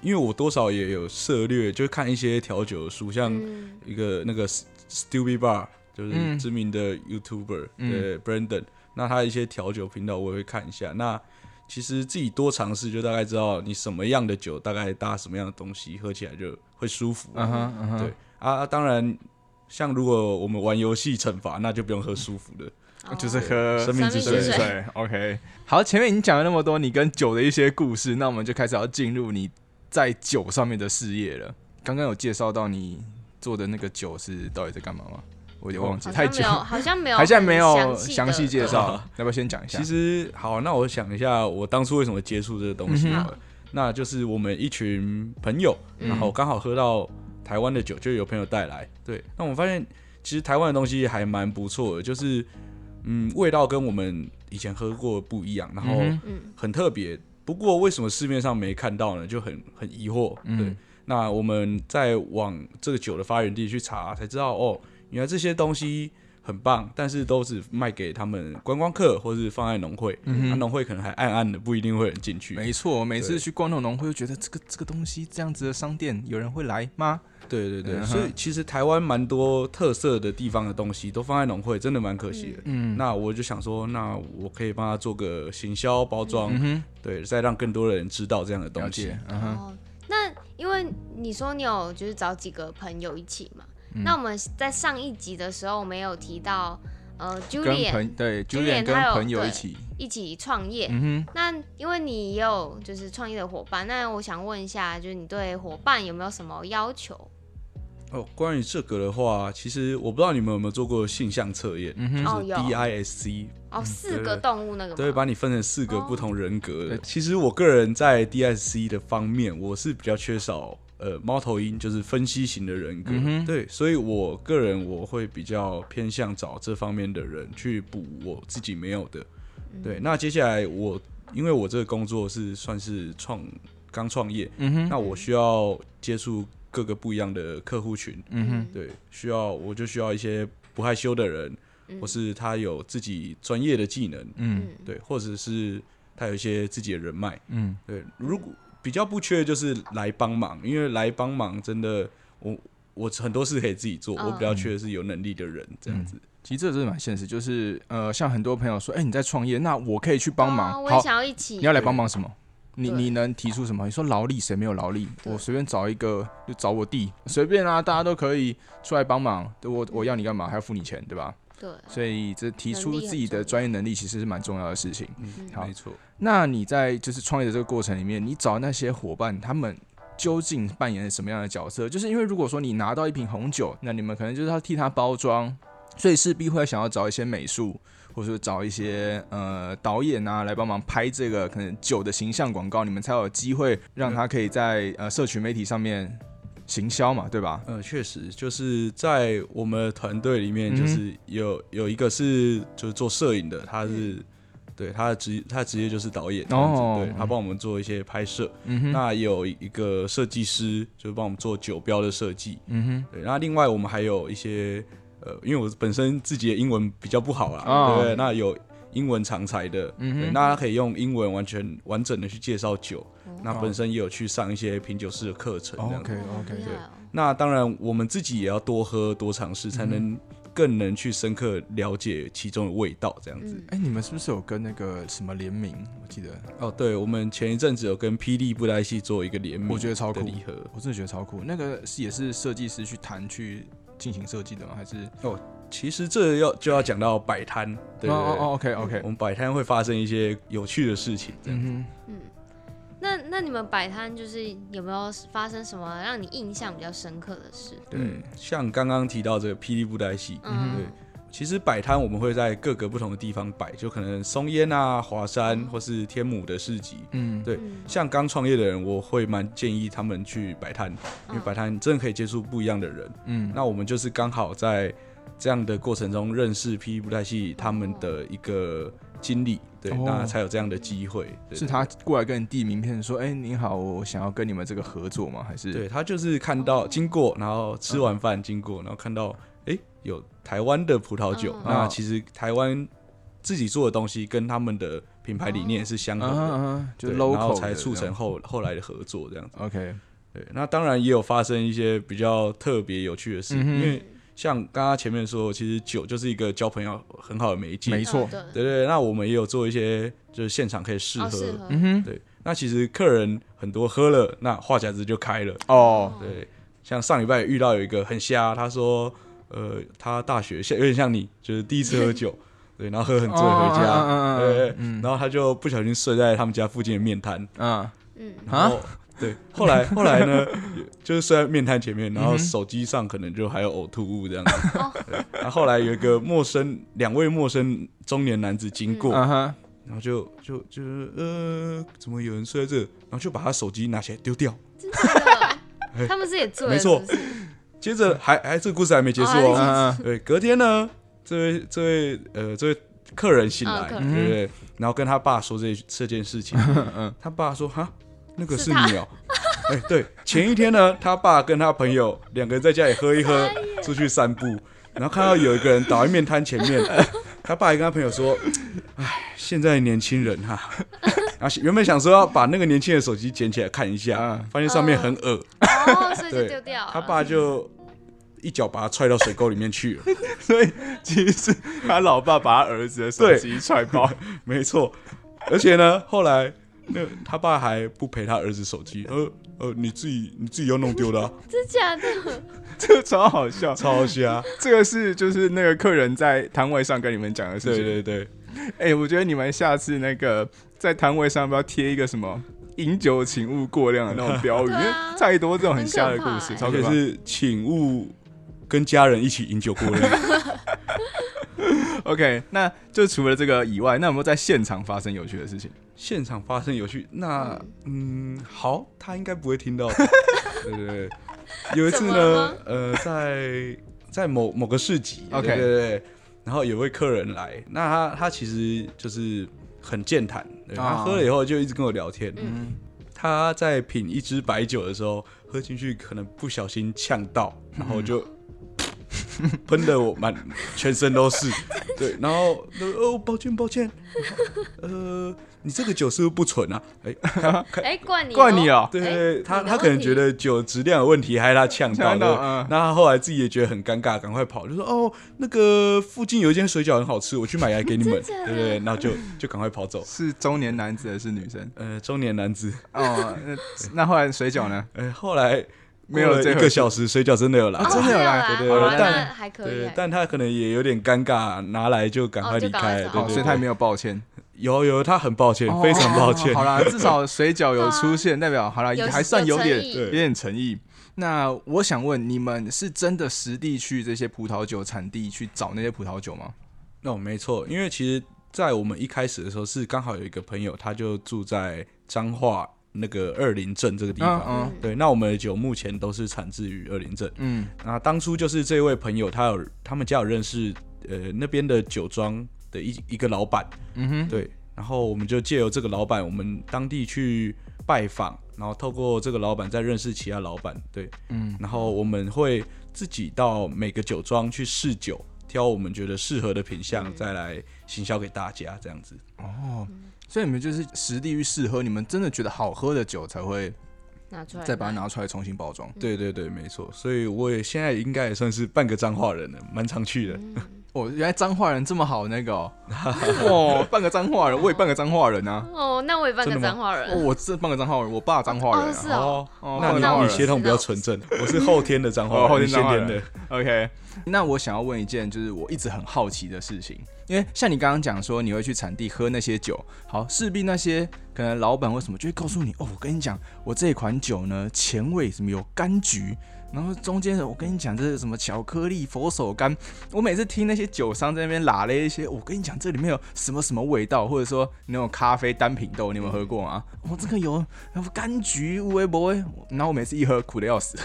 [SPEAKER 3] 因为我多少也有涉略，就看一些调酒的书，像
[SPEAKER 2] 嗯，
[SPEAKER 3] 一个那个 S- Stevie Bar，就
[SPEAKER 1] 嗯
[SPEAKER 3] 是知名的 YouTuber，、
[SPEAKER 1] 嗯
[SPEAKER 3] 对 Brandon，那他一些调酒频道我也会看一下。那其实自己多尝试，就大概知道你什么样的酒，大概搭什么样的东西，喝起来就会舒服。
[SPEAKER 1] 嗯哼，嗯哼，
[SPEAKER 3] 对啊，当然，像如果我们玩游戏惩罚，那就不用喝舒服的。
[SPEAKER 2] 哦
[SPEAKER 1] 就是喝
[SPEAKER 3] 生命之
[SPEAKER 2] 生命之
[SPEAKER 3] 水
[SPEAKER 2] 水
[SPEAKER 1] 对，OK。好，前面已经讲了那么多你跟酒的一些故事，那我们就开始要进入你在酒上面的事业了。刚刚有介绍到你做的那个酒是到底在干嘛吗？我有点忘记，
[SPEAKER 2] 好
[SPEAKER 1] 太
[SPEAKER 2] 像没
[SPEAKER 1] 久
[SPEAKER 2] 有，，好像没有，
[SPEAKER 1] 还现在没有详
[SPEAKER 2] 详
[SPEAKER 1] 细介
[SPEAKER 2] 的
[SPEAKER 1] 绍，要不要先讲一下？
[SPEAKER 3] 其实好，那我想一下，我当初为什么接触这个东西好了。那就是我们一群朋友，然后刚好喝到台湾的酒，就有朋友带来。对，那我们发现其实台湾的东西还蛮不错的，就是嗯，味道跟我们以前喝过的不一样，然后
[SPEAKER 1] 嗯
[SPEAKER 2] 嗯
[SPEAKER 3] 很特别。不过为什么市面上没看到呢？就很很疑惑。对，
[SPEAKER 1] 嗯
[SPEAKER 3] 那我们再往这个酒的发源地去查，才知道哦，原来这些东西很棒，但是都只卖给他们观光客，或是放在农会。啊
[SPEAKER 1] 嗯哼哎
[SPEAKER 3] 那农、会可能还暗暗的，不一定会有人进去。
[SPEAKER 1] 没错，我每次
[SPEAKER 3] 对
[SPEAKER 1] 去逛那种农会，就觉得这个这个东西这样子的商店，有人会来吗？
[SPEAKER 3] 对对对，
[SPEAKER 1] 嗯哼
[SPEAKER 3] 所以其实台湾蛮多特色的地方的东西都放在农会，真的蛮可惜的。
[SPEAKER 1] 嗯
[SPEAKER 3] 那我就想说，那我可以帮他做个行销包装，
[SPEAKER 1] 嗯哼，
[SPEAKER 3] 对，再让更多的人知道这样的
[SPEAKER 1] 了
[SPEAKER 3] 东西
[SPEAKER 1] 解。，嗯哼，
[SPEAKER 2] 哦，那因为你说你有就是找几个朋友一起嘛，
[SPEAKER 1] 嗯
[SPEAKER 2] 那我们在上一集的时候，我们有提到呃
[SPEAKER 1] 跟
[SPEAKER 2] ，Julian
[SPEAKER 1] 朋对
[SPEAKER 2] Julian
[SPEAKER 1] Julian 跟
[SPEAKER 2] 他有
[SPEAKER 1] 朋友
[SPEAKER 2] 对
[SPEAKER 1] 一起，
[SPEAKER 2] 一起创业。
[SPEAKER 1] 嗯哼，
[SPEAKER 2] 那因为你也有就是创业的伙伴，那我想问一下，就是你对伙伴有没有什么要求？
[SPEAKER 3] 哦，关于这个的话，其实我不知道你们有没有做过性向测验，
[SPEAKER 1] 嗯
[SPEAKER 3] 就
[SPEAKER 2] 哦
[SPEAKER 3] 是
[SPEAKER 2] 有
[SPEAKER 3] DISC，
[SPEAKER 2] 哦，四
[SPEAKER 3] 对
[SPEAKER 2] 个动物那个
[SPEAKER 3] 对，
[SPEAKER 2] 吗？
[SPEAKER 3] 把你分成四个不同人格的。
[SPEAKER 1] 对
[SPEAKER 3] 其实我个人在 DISC 的方面，我是比较缺少呃猫头鹰，就是分析型的人格，
[SPEAKER 1] 嗯哼
[SPEAKER 3] 对，所以我个人我会比较偏向找这方面的人去补我自己没有的。
[SPEAKER 1] 嗯
[SPEAKER 3] 对，那接下来我因为我这个工作是算是创刚创业，
[SPEAKER 1] 嗯哼，
[SPEAKER 3] 那我需要接触各个不一样的客户群，
[SPEAKER 1] 嗯哼，
[SPEAKER 3] 对，需要我就需要一些不害羞的人，或是他有自己专业的技能，
[SPEAKER 1] 嗯
[SPEAKER 2] 嗯，
[SPEAKER 3] 对，或者是他有一些自己的人脉，
[SPEAKER 1] 嗯，
[SPEAKER 3] 对。如果比较不缺的就是来帮忙，因为来帮忙真的，我我很多事可以自己做，
[SPEAKER 2] 嗯
[SPEAKER 3] 我比较缺的是有能力的人这样子。
[SPEAKER 1] 其实这真的蛮现实，就是呃，像很多朋友说，哎，你在创业，那我可以去帮
[SPEAKER 2] 哦
[SPEAKER 1] 忙，
[SPEAKER 2] 我也
[SPEAKER 1] 好，
[SPEAKER 2] 想要一起。
[SPEAKER 1] 你要来帮忙什么？你
[SPEAKER 2] 对
[SPEAKER 1] 你能提出什么？你说劳力谁没有劳力？
[SPEAKER 2] 对
[SPEAKER 1] 我随便找一个，就找我弟，随便啊，大家都可以出来帮忙。我我要你干嘛？还要付你钱，对吧？
[SPEAKER 2] 对，
[SPEAKER 1] 所以这提
[SPEAKER 2] 能
[SPEAKER 1] 出
[SPEAKER 2] 力很
[SPEAKER 1] 自己的
[SPEAKER 2] 重要
[SPEAKER 1] 专业能力其实是蛮重要的事情。
[SPEAKER 3] 嗯，
[SPEAKER 1] 好
[SPEAKER 3] 没错。
[SPEAKER 1] 那你在就是创业的这个过程里面，你找那些伙伴，他们究竟扮演了什么样的角色？就是因为如果说你拿到一瓶红酒，那你们可能就是要替它包装，所以势必会想要找一些美术，或者说找一些呃导演啊来帮忙拍这个可能酒的形象广告，你们才有机会让它可以在呃社群媒体上面行销嘛，对吧？
[SPEAKER 3] 呃，确实就是在我们的团队里面，
[SPEAKER 1] 嗯哼
[SPEAKER 3] 就是有、有一个是就是做摄影的，他是、对他的职他的职业就是导演这样子，
[SPEAKER 1] 嗯哦
[SPEAKER 3] 对他帮我们做一些拍摄。
[SPEAKER 1] 嗯哼，
[SPEAKER 3] 那有一个设计师就是帮我们做酒标的设计，
[SPEAKER 1] 嗯
[SPEAKER 3] 对，那另外我们还有一些呃，因为我本身自己的英文比较不好啦，
[SPEAKER 1] 哦
[SPEAKER 3] 对不对？那有英文常才的，
[SPEAKER 1] 嗯哼
[SPEAKER 3] 对，那他可以用英文完全完整的去介绍酒。那本身也有去上一些品酒师的课程，这
[SPEAKER 1] 哼
[SPEAKER 3] 样。
[SPEAKER 1] 哦，OK
[SPEAKER 2] 哦好
[SPEAKER 1] OK，
[SPEAKER 2] 厉害哦
[SPEAKER 3] 那当然，我们自己也要多喝多尝试，才能更能去深刻了解其中的味道，这样子。
[SPEAKER 2] 嗯
[SPEAKER 1] 哎、你们是不是有跟那个什么联名？我记得，
[SPEAKER 3] 哦，对，我们前一阵子有跟霹雳布袋戏做一个联名，
[SPEAKER 1] 我觉得超酷
[SPEAKER 3] 礼盒。
[SPEAKER 1] 我真的觉得超酷。那个是也是设计师去谈去进行设计的吗？还是？
[SPEAKER 3] 其实这要就要讲到摆摊，对对
[SPEAKER 1] 哦
[SPEAKER 3] 对
[SPEAKER 1] 哦哦，OK OK，
[SPEAKER 3] 我们摆摊会发生一些有趣的事情，这样子。
[SPEAKER 1] 嗯
[SPEAKER 2] 那那你们摆摊就是有没有发生什么让你印象比较深刻的事？
[SPEAKER 3] 对，
[SPEAKER 1] 嗯
[SPEAKER 3] 像刚刚提到这个霹雳布袋戏，
[SPEAKER 2] 嗯
[SPEAKER 3] 对，其实摆摊我们会在各个不同的地方摆，就可能松烟啊、华
[SPEAKER 1] 嗯
[SPEAKER 3] 山或是天母的市集。
[SPEAKER 1] 哼，嗯，
[SPEAKER 3] 对
[SPEAKER 2] 嗯，
[SPEAKER 3] 像刚创业的人，我会蛮建议他们去摆摊，因为
[SPEAKER 2] 嗯
[SPEAKER 3] 摆摊真的可以接触不一样的人。
[SPEAKER 1] 嗯，
[SPEAKER 3] 那我们就是刚好在这样的过程中认识 E 霹雳布袋戏他们的一个经历，对，
[SPEAKER 1] 哦
[SPEAKER 3] 那才有这样的机会。对
[SPEAKER 1] 是他过来跟你递名片说，哎、您好，我想要跟你们这个合作吗？还是？
[SPEAKER 3] 对他就是看到经过，然后吃完饭经过，然后看到诶有台湾的葡萄酒
[SPEAKER 2] 嗯，
[SPEAKER 1] 哦
[SPEAKER 3] 那其实台湾自己做的东西跟他们的品牌理念是相合
[SPEAKER 1] 啊哈，
[SPEAKER 3] 的，
[SPEAKER 1] 嗯哼就
[SPEAKER 3] 对
[SPEAKER 1] local
[SPEAKER 3] 然后
[SPEAKER 1] 的
[SPEAKER 3] 才促
[SPEAKER 1] 这
[SPEAKER 3] 成
[SPEAKER 1] 样
[SPEAKER 3] 后后来的合作这样子。
[SPEAKER 1] OK，
[SPEAKER 3] 对，那当然也有发生一些比较特别有趣的事，
[SPEAKER 1] 嗯哼
[SPEAKER 3] 因为像刚刚前面说，其实酒就是一个交朋友很好的媒介，
[SPEAKER 1] 没错
[SPEAKER 2] 哦对，
[SPEAKER 3] 对对，那我们也有做一些就是现场可以试
[SPEAKER 2] 哦，
[SPEAKER 3] 喝，
[SPEAKER 2] 适合，
[SPEAKER 1] 嗯哼，
[SPEAKER 3] 对，那其实客人很多喝了，那话匣子就开了。
[SPEAKER 1] 哦，
[SPEAKER 3] 对，像上礼拜也遇到有一个很瞎，他说，呃，他大学像有点像你，就是第一次 喝酒，对，然后喝很醉回
[SPEAKER 1] 哦
[SPEAKER 3] 家，
[SPEAKER 1] 嗯嗯嗯嗯
[SPEAKER 3] 对，然后他就不小心睡在他们家附近的面摊，
[SPEAKER 1] 嗯，
[SPEAKER 2] 嗯，
[SPEAKER 3] 然后对，后来后来呢，就是虽然面瘫前面，
[SPEAKER 1] 嗯
[SPEAKER 3] 然后
[SPEAKER 1] 哼
[SPEAKER 3] 手机上可能就还有呕吐物这样子。
[SPEAKER 2] 哦
[SPEAKER 3] 对然后后来有一个陌生两位陌生中年男子经过，
[SPEAKER 1] 嗯哼，
[SPEAKER 3] 然后就就就是呃，怎么有人睡在这？然后就把他手机拿起来丢掉。
[SPEAKER 2] 真的， 他们是也醉了，
[SPEAKER 3] 没错
[SPEAKER 2] 是不是
[SPEAKER 3] 接着还还这个故事还没结束
[SPEAKER 2] 哦
[SPEAKER 3] 哦
[SPEAKER 1] 嗯，嗯
[SPEAKER 3] 对，隔天呢，这位这位呃这位客人醒
[SPEAKER 2] 嗯
[SPEAKER 3] 来，
[SPEAKER 2] 客
[SPEAKER 3] 对
[SPEAKER 1] 人
[SPEAKER 3] 不对？然后跟他爸说这这件事情，
[SPEAKER 1] 嗯
[SPEAKER 3] 他爸说哈，那个
[SPEAKER 2] 是
[SPEAKER 3] 是
[SPEAKER 2] 他
[SPEAKER 3] 你哦。哎，对，前一天呢，他爸跟他朋友两个人在家里喝一喝，
[SPEAKER 2] 哎
[SPEAKER 3] 出去散步，然后看到有一个人倒在面摊前面， 他爸还跟他朋友说：“哎，现在年轻人 哈、然后原本想说要把那个年轻人手机捡起来看一下
[SPEAKER 1] 嗯，
[SPEAKER 3] 发现上面很恶，
[SPEAKER 2] 哦，所以就
[SPEAKER 3] 对
[SPEAKER 2] 丢掉了。
[SPEAKER 3] 他爸就一脚把他踹到水沟里面去了。
[SPEAKER 1] 所以其实他老爸把他儿子的手
[SPEAKER 3] 对
[SPEAKER 1] 机踹爆，
[SPEAKER 3] 没错。而且呢，后来那他爸还不赔他儿子手机，呃呃，你自己你自己要弄丢的、啊，
[SPEAKER 2] 真假的？
[SPEAKER 1] 这个超好笑。
[SPEAKER 3] 超瞎。
[SPEAKER 1] 这个是就是那个客人在摊位上跟你们讲的事
[SPEAKER 3] 对
[SPEAKER 1] 情。
[SPEAKER 3] 对对，
[SPEAKER 1] 哎、我觉得你们下次那个在摊位上要不要贴一个什么“饮酒请勿过量”的 那种标语，
[SPEAKER 2] 对
[SPEAKER 1] 因
[SPEAKER 2] 啊
[SPEAKER 1] 为太多这种很
[SPEAKER 2] 很可
[SPEAKER 1] 瞎的故事，
[SPEAKER 2] 怕欸
[SPEAKER 1] 超
[SPEAKER 3] 而
[SPEAKER 1] 可
[SPEAKER 3] 且
[SPEAKER 1] 怕。
[SPEAKER 3] 是请勿跟家人一起饮酒过量。
[SPEAKER 1] OK，那就除了这个以外，那有没有在现场发生有趣的事情？
[SPEAKER 3] 现场发生有趣，那嗯，好，他应该不会听到的。对对对，有一次
[SPEAKER 2] 怎么了
[SPEAKER 3] 呢
[SPEAKER 2] 吗，
[SPEAKER 3] 呃，在在某某个市集
[SPEAKER 1] OK
[SPEAKER 3] 对对对，然后有位客人来，那他他其实就是很健谈，对他
[SPEAKER 1] 啊
[SPEAKER 3] 喝了以后就一直跟我聊天。
[SPEAKER 1] 嗯
[SPEAKER 3] 他在品一支白酒的时候，喝进去可能不小心呛到，然后就喷的我满全身都是。对，然后他说哦，抱歉抱歉， 呃，你这个酒是不是不纯啊？哎、
[SPEAKER 2] 哎，怪你，
[SPEAKER 1] 怪你哦
[SPEAKER 3] 对
[SPEAKER 2] 哎
[SPEAKER 3] 对，他
[SPEAKER 2] 你的
[SPEAKER 3] 他可能
[SPEAKER 2] 问题
[SPEAKER 3] 觉得酒质量有问题，害他呛到
[SPEAKER 1] 呛到
[SPEAKER 3] 的。
[SPEAKER 1] 嗯
[SPEAKER 3] 那他后来自己也觉得很尴尬，赶快跑，就说哦，那个附近有一间水饺很好吃，我去买来给你们，
[SPEAKER 2] 真
[SPEAKER 3] 对
[SPEAKER 2] 的
[SPEAKER 3] 不对？然后就就赶快跑走。
[SPEAKER 1] 是中年男子还是女生？
[SPEAKER 3] 呃，中年 男子，
[SPEAKER 1] 哦，那 那后来水饺呢？
[SPEAKER 3] 呃，后来
[SPEAKER 1] 没有
[SPEAKER 3] 过了
[SPEAKER 1] 这
[SPEAKER 3] 一
[SPEAKER 1] 回
[SPEAKER 3] 个
[SPEAKER 1] 事
[SPEAKER 3] 小时，水饺真的有来
[SPEAKER 1] 啊
[SPEAKER 2] 哦，
[SPEAKER 1] 真的有
[SPEAKER 2] 没
[SPEAKER 1] 来
[SPEAKER 2] 来，
[SPEAKER 3] 对对
[SPEAKER 2] 好
[SPEAKER 3] 对
[SPEAKER 2] 啊
[SPEAKER 3] 但
[SPEAKER 2] 那还可以
[SPEAKER 3] 对
[SPEAKER 2] 还，可以，
[SPEAKER 3] 但他可能也有点尴尬，拿来就赶快
[SPEAKER 2] 哦就
[SPEAKER 3] 离
[SPEAKER 2] 赶
[SPEAKER 3] 开
[SPEAKER 2] 快
[SPEAKER 3] 了。
[SPEAKER 2] 走
[SPEAKER 3] 对
[SPEAKER 1] 哦，
[SPEAKER 3] 对
[SPEAKER 1] 所以
[SPEAKER 3] 对，
[SPEAKER 1] 他也没有抱歉，
[SPEAKER 3] 有有他很抱歉，非常抱歉。
[SPEAKER 1] 哦好 啦，至少水饺有出现，代表好啦，
[SPEAKER 2] 有
[SPEAKER 1] 还算有
[SPEAKER 2] 有
[SPEAKER 1] 点
[SPEAKER 2] 诚意
[SPEAKER 1] 有点诚意。那我想问，你们是真的实地去这些葡萄酒产地去找那些葡萄酒吗？
[SPEAKER 3] 那、我没错，因为其实，在我们一开始的时候，是刚好有一个朋友，他就住在彰化那个二林镇这个地方。
[SPEAKER 1] 嗯
[SPEAKER 3] 对，那我们的酒目前都是产自于二林镇。
[SPEAKER 1] 嗯
[SPEAKER 3] 那当初就是这位朋友，他有他们家有认识呃那边的酒庄的一一个老板，
[SPEAKER 1] 嗯哼，
[SPEAKER 3] 对，然后我们就借由这个老板，我们当地去拜访，然后透过这个老板再认识其他老板，对，
[SPEAKER 1] 嗯，
[SPEAKER 3] 然后我们会自己到每个酒庄去试酒，挑我们觉得适合的品相，再来行销给大家，这样子。
[SPEAKER 1] 哦，所以你们就是实地去试喝，你们真的觉得好喝的酒才会
[SPEAKER 2] 拿出来，
[SPEAKER 1] 再把它拿出来重新包装。
[SPEAKER 3] 对对对，没错，所以我也现在应该也算是半个彰化人了，蛮常去的。
[SPEAKER 1] 哦，原来彰化人这么好那个 哦，哦，半个彰化人，我也半个彰化人啊，
[SPEAKER 2] 哦，那我也办个
[SPEAKER 3] 真的吗
[SPEAKER 2] 彰化
[SPEAKER 1] 哦，
[SPEAKER 2] 人，
[SPEAKER 1] 我是半个彰化人，我爸彰化人
[SPEAKER 2] 哦
[SPEAKER 1] 啊
[SPEAKER 2] 是。哦，
[SPEAKER 1] 哦
[SPEAKER 3] 那
[SPEAKER 1] 半个彰化
[SPEAKER 3] 你你
[SPEAKER 1] 人
[SPEAKER 3] 血统比较纯正，我是后天的彰化
[SPEAKER 1] 哦
[SPEAKER 3] 人，
[SPEAKER 1] 后天
[SPEAKER 3] 你
[SPEAKER 1] 彰
[SPEAKER 3] 先
[SPEAKER 1] 化
[SPEAKER 3] 天的
[SPEAKER 1] 人。OK，那我想要问一件，就是我一直很好奇的事情，因为像你刚刚讲说你会去产地喝那些酒，好，势必那些可能老板或什么就会告诉你，哦，我跟你讲，我这一款酒呢，前味什么有柑橘，然后中间我跟你讲这是什么巧克力佛手柑，我每次听那些酒商在那边拉了一些，我跟你讲这里面有什么什么味道，或者说那种咖啡单品豆，你有没有喝过吗？我、哦、这个有，然后柑橘微博，然后我每次一喝苦的要死。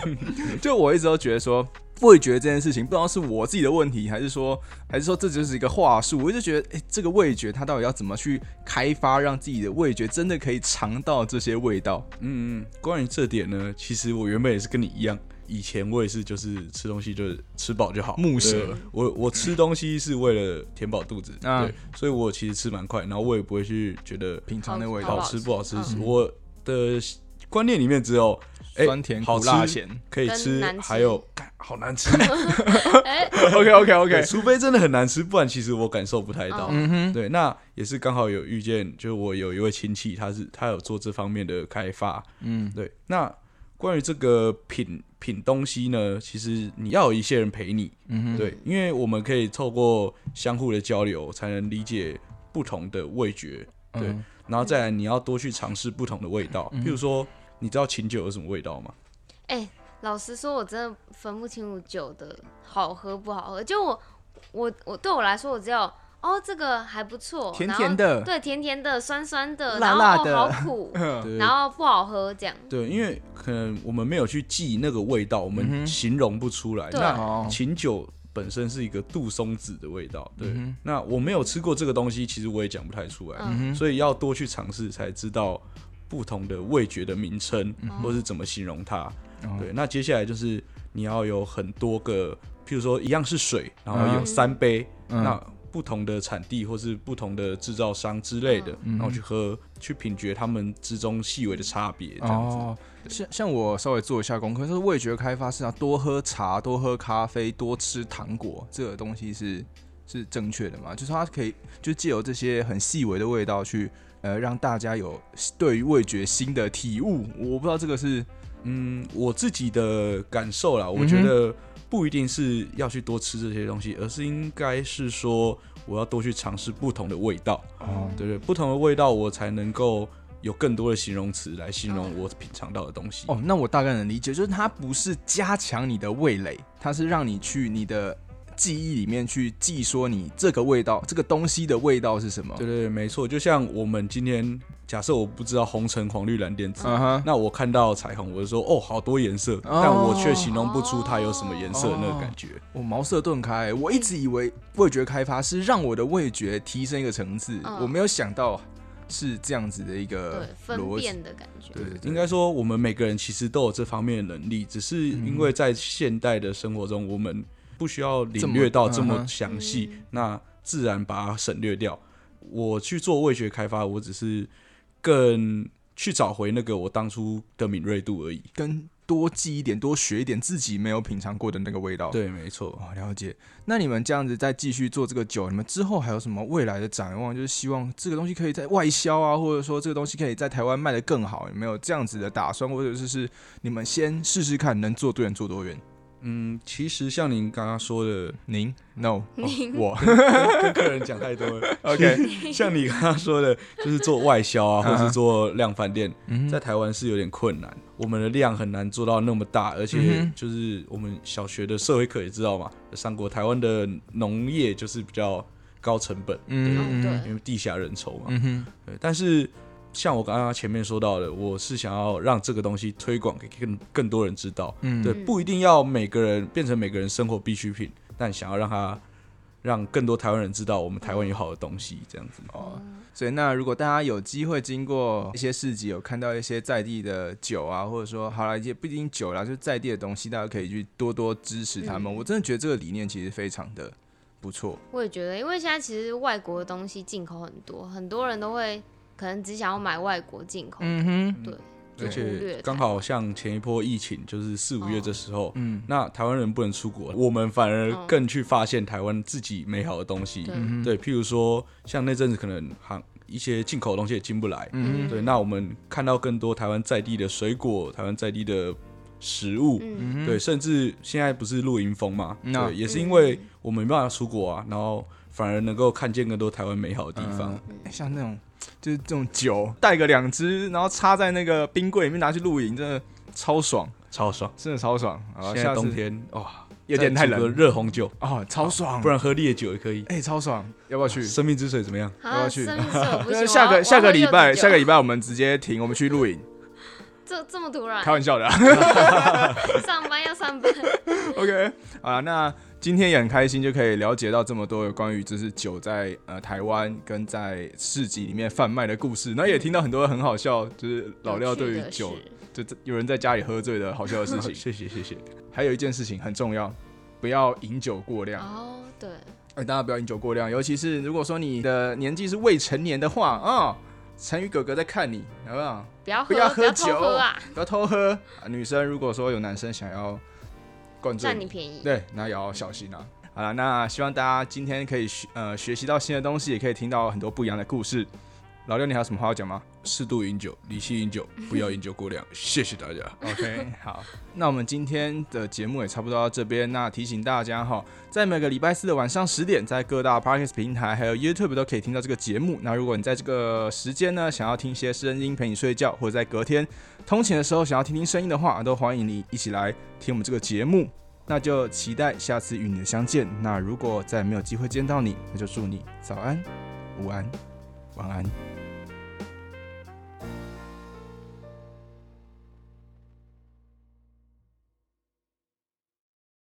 [SPEAKER 1] 就我一直都觉得说，味觉这件事情，不知道是我自己的问题，还是说，还是说这就是一个话术。我就觉得，哎、这个味觉它到底要怎么去开发，让自己的味觉真的可以尝到这些味道？
[SPEAKER 3] 嗯，嗯，关于这点呢，其实我原本也是跟你一样，以前我也是就是吃东西就是吃饱就好，
[SPEAKER 1] 木蛇
[SPEAKER 3] 对。我我吃东西是为了填饱肚子，
[SPEAKER 1] 啊
[SPEAKER 3] 对，所以我其实吃蛮快，然后我也不会去觉得
[SPEAKER 1] 品尝那味
[SPEAKER 2] 好
[SPEAKER 1] 道
[SPEAKER 3] 好
[SPEAKER 2] 不，
[SPEAKER 3] 吃不好吃。
[SPEAKER 2] 嗯
[SPEAKER 3] 我的观念里面只有哎
[SPEAKER 1] 酸甜
[SPEAKER 3] 好
[SPEAKER 1] 苦
[SPEAKER 3] 吃
[SPEAKER 1] 辣咸。
[SPEAKER 3] 可以
[SPEAKER 2] 跟
[SPEAKER 3] 吃
[SPEAKER 2] 难，吃
[SPEAKER 3] 还有干好难吃。
[SPEAKER 2] 哎，
[SPEAKER 1] OK OK
[SPEAKER 3] 对，
[SPEAKER 1] OK，
[SPEAKER 3] 除非真的很难吃，不然其实我感受不太到。
[SPEAKER 2] 嗯
[SPEAKER 1] 嗯哼，
[SPEAKER 3] 对，那也是刚好有遇见，就是我有一位亲戚，他是他有做这方面的开发，
[SPEAKER 1] 嗯，
[SPEAKER 3] 对，那关于这个品品东西呢，其实你要有一些人陪你，
[SPEAKER 1] 嗯哼，
[SPEAKER 3] 对，因为我们可以透过相互的交流，才能理解不同的味觉，对，
[SPEAKER 1] 嗯
[SPEAKER 3] 然后再来你要多去尝试不同的味道，譬如说。你知道琴酒有什么味道吗？
[SPEAKER 2] 哎老实说，我真的分不清楚酒的好喝不好喝。就我，我，我对我来说，我只有哦，这个还不错，
[SPEAKER 1] 甜
[SPEAKER 2] 然
[SPEAKER 1] 甜
[SPEAKER 2] 后
[SPEAKER 1] 的
[SPEAKER 2] 对，甜甜的，酸酸的，
[SPEAKER 1] 辣辣
[SPEAKER 2] 然后、
[SPEAKER 1] 的
[SPEAKER 2] 哦、好 苦，
[SPEAKER 3] 对
[SPEAKER 2] 然后不好喝这样。
[SPEAKER 3] 对，因为可能我们没有去记那个味道，我
[SPEAKER 1] 嗯
[SPEAKER 3] 们
[SPEAKER 1] 哼
[SPEAKER 3] 形容不出来。
[SPEAKER 2] 对
[SPEAKER 3] 那
[SPEAKER 1] 哦，
[SPEAKER 3] 琴酒本身是一个杜松子的味道，对。
[SPEAKER 1] 嗯
[SPEAKER 3] 那我没有吃过这个东西，其实我也讲不太出来，
[SPEAKER 2] 嗯
[SPEAKER 3] 所以要多去尝试才知道不同的味觉的名称、或是怎么形容它。
[SPEAKER 1] 嗯哦
[SPEAKER 3] 对，那接下来就是你要有很多个，譬如说一样是水，然后有
[SPEAKER 2] 嗯
[SPEAKER 3] 三杯，
[SPEAKER 1] 嗯
[SPEAKER 3] 那不同的产地或是不同的制造商之类的，
[SPEAKER 1] 嗯
[SPEAKER 3] 然后去喝，去品觉他们之中细微的差别，这样子。
[SPEAKER 1] 哦，像像我稍微做一下功课，就是味觉开发是要多喝茶、多喝咖啡、多吃糖果，这个东西是是正确的嘛？就是它可以就借由这些很细微的味道去呃让大家有对于味觉新的体悟。我不知道这个是
[SPEAKER 3] 嗯，我自己的感受啦，我
[SPEAKER 1] 嗯哼
[SPEAKER 3] 觉得不一定是要去多吃这些东西，而是应该是说我要多去尝试不同的味道，
[SPEAKER 1] 哦
[SPEAKER 3] 对不对？不同的味道，我才能够有更多的形容词来形容我品尝到的东西。
[SPEAKER 1] 哦，那我大概能理解，就是它不是加强你的味蕾，它是让你去你的记忆里面去记说你这个味道、这个东西的味道是什么。
[SPEAKER 3] 对对对，没错。就像我们今天假设我不知道红橙黄绿蓝靛紫，
[SPEAKER 1] 嗯哼，
[SPEAKER 3] 那我看到彩虹，我就说哦，好多颜色，
[SPEAKER 1] 哦
[SPEAKER 3] 但我却形容不出它有什么颜色的那个感觉。
[SPEAKER 1] 我茅塞顿开，我一直以为味觉开发是让我的味觉提升一个层次，
[SPEAKER 2] 嗯
[SPEAKER 1] 我没有想到是这样子的一个
[SPEAKER 2] 对，分
[SPEAKER 1] 逻辑。
[SPEAKER 2] 辨的感觉。
[SPEAKER 1] 呃对对对
[SPEAKER 3] 应该说我们每个人其实都有这方面的能力，只是因为在现代的生活中，我们不需要领略到这
[SPEAKER 1] 这么
[SPEAKER 3] 么详细，那自然把它省略掉。我去做味觉开发，我只是更去找回那个我当初的敏锐度而已。
[SPEAKER 1] 跟多记一点、多学一点自己没有品尝过的那个味道。，
[SPEAKER 3] 对，没错。
[SPEAKER 1] 哦，了解。那你们这样子再继续做这个酒，你们之后还有什么未来的展望？就是希望这个东西可以在外销啊，或者说这个东西可以在台湾卖得更好，有没有这样子的打算，或者是是你们先试试看能做多远做多远？
[SPEAKER 3] 嗯，其实像您刚刚说的，
[SPEAKER 1] 您？No，
[SPEAKER 3] 哦
[SPEAKER 2] 您
[SPEAKER 1] 我
[SPEAKER 3] 跟客人讲太多 了。
[SPEAKER 1] OK，
[SPEAKER 3] 像你刚刚说的，就是做外销啊，或是做量贩店，
[SPEAKER 1] 嗯
[SPEAKER 3] 在台湾是有点困难，我们的量很难做到那么大，而且
[SPEAKER 1] 嗯哼
[SPEAKER 3] 就是我们小学的社会课也知道嘛，上过台湾的农业就是比较高成本，
[SPEAKER 2] 嗯对
[SPEAKER 3] 因为地下人稠嘛。
[SPEAKER 1] 嗯哼，
[SPEAKER 3] 对，但是像我刚刚前面说到的，我是想要让这个东西推广给更更多人知道，
[SPEAKER 1] 嗯
[SPEAKER 3] 对，不一定要每个人变成每个人生活必需品，但想要让它让更多台湾人知道我们台湾有好的东西，这样子。
[SPEAKER 1] 哦，所以那如果大家有机会经过一些市集，有看到一些在地的酒啊，或者说好了，也不一定酒啦，就在地的东西，大家可以去多多支持他们。
[SPEAKER 2] 嗯
[SPEAKER 1] 我真的觉得这个理念其实非常的不错。
[SPEAKER 2] 我也觉得，因为现在其实外国的东西进口很多，很多人都会可能只想要买外国进口的。
[SPEAKER 1] 嗯
[SPEAKER 2] 对，
[SPEAKER 3] 而
[SPEAKER 2] 忽略
[SPEAKER 3] 且
[SPEAKER 2] 它
[SPEAKER 3] 刚好像前一波疫情，就是四五月这时候，
[SPEAKER 1] 嗯
[SPEAKER 3] 那台湾人不能出国，我们反而
[SPEAKER 2] 嗯
[SPEAKER 3] 更去发现台湾自己美好的东西。
[SPEAKER 1] 嗯
[SPEAKER 2] 对
[SPEAKER 3] 对，譬如说像那阵子可能航一些进口的东西也进不来，
[SPEAKER 1] 嗯
[SPEAKER 3] 对，那我们看到更多台湾在地的水果、台湾在地的食物，
[SPEAKER 2] 嗯，
[SPEAKER 3] 对，甚至现在不是露营风嘛，
[SPEAKER 1] 嗯啊
[SPEAKER 3] 对，也是因为我们没办法出国啊，然后反而能够看见更多台湾美好的地方。
[SPEAKER 1] 哎像那种就是这种酒，带个两支，然后插在那个冰柜里面拿去露营，真的超爽，
[SPEAKER 3] 超爽！
[SPEAKER 1] 真的超爽。啊，
[SPEAKER 3] 现在
[SPEAKER 1] 下
[SPEAKER 3] 冬
[SPEAKER 1] 次
[SPEAKER 3] 天哇，
[SPEAKER 1] 有点
[SPEAKER 3] 再
[SPEAKER 1] 太
[SPEAKER 3] 煮个
[SPEAKER 1] 冷
[SPEAKER 3] 热红酒，
[SPEAKER 1] 哦，超爽，
[SPEAKER 3] 不然喝烈酒也 可以。
[SPEAKER 1] 哎、超爽，要不要去？
[SPEAKER 3] 生命之水怎么样？
[SPEAKER 1] 我要
[SPEAKER 2] 啊，
[SPEAKER 1] 去
[SPEAKER 2] 生命是我 不
[SPEAKER 1] 那
[SPEAKER 2] 行。
[SPEAKER 1] 下
[SPEAKER 2] 我要
[SPEAKER 1] 个下个礼拜，下个礼
[SPEAKER 2] 拜，
[SPEAKER 1] 拜我们直接停，我们去露营，
[SPEAKER 2] 这这么突然
[SPEAKER 1] 开，玩笑的啊、
[SPEAKER 2] 上班要上班。
[SPEAKER 1] OK，啊，那今天也很开心，就可以了解到这么多有关于就是酒在呃台湾跟在市集里面贩卖的故事，那也听到很多很好笑，就是老廖对于酒
[SPEAKER 2] 有趣，的是
[SPEAKER 1] 就有人在家里喝醉的好笑的事情。
[SPEAKER 3] 谢谢谢谢。
[SPEAKER 1] 还有一件事情很重要，不要饮酒过量。
[SPEAKER 2] 哦，对，
[SPEAKER 1] 哎，大家不要饮酒过量，尤其是如果说你的年纪是未成年的话啊、成宇哥哥在看你，好不好？
[SPEAKER 2] 不要喝，
[SPEAKER 1] 不要喝
[SPEAKER 2] 偷
[SPEAKER 1] 酒
[SPEAKER 2] 喝啊，
[SPEAKER 1] 不要偷喝啊！女生如果说有男生想要灌醉
[SPEAKER 2] 占你便宜。
[SPEAKER 1] 对，那也要小心啊。好了，那希望大家今天可以学呃学习到新的东西，也可以听到很多不一样的故事。老六，你还有什么话要讲吗
[SPEAKER 3] 适度饮酒，理性饮酒，不要饮酒过量。谢谢大家。
[SPEAKER 1] ？OK，好，那我们今天的节目也差不多到这边。那提醒大家哈，在每个礼拜四的晚上十点，在各大 Podcast 平台还有 YouTube 都可以听到这个节目。那如果你在这个时间呢，想要听一些声音陪你睡觉，或者在隔天通勤的时候想要听听声音的话，都欢迎你一起来听我们这个节目。那就期待下次与你的相见。那如果再没有机会见到你，那就祝你早安、午安、晚安。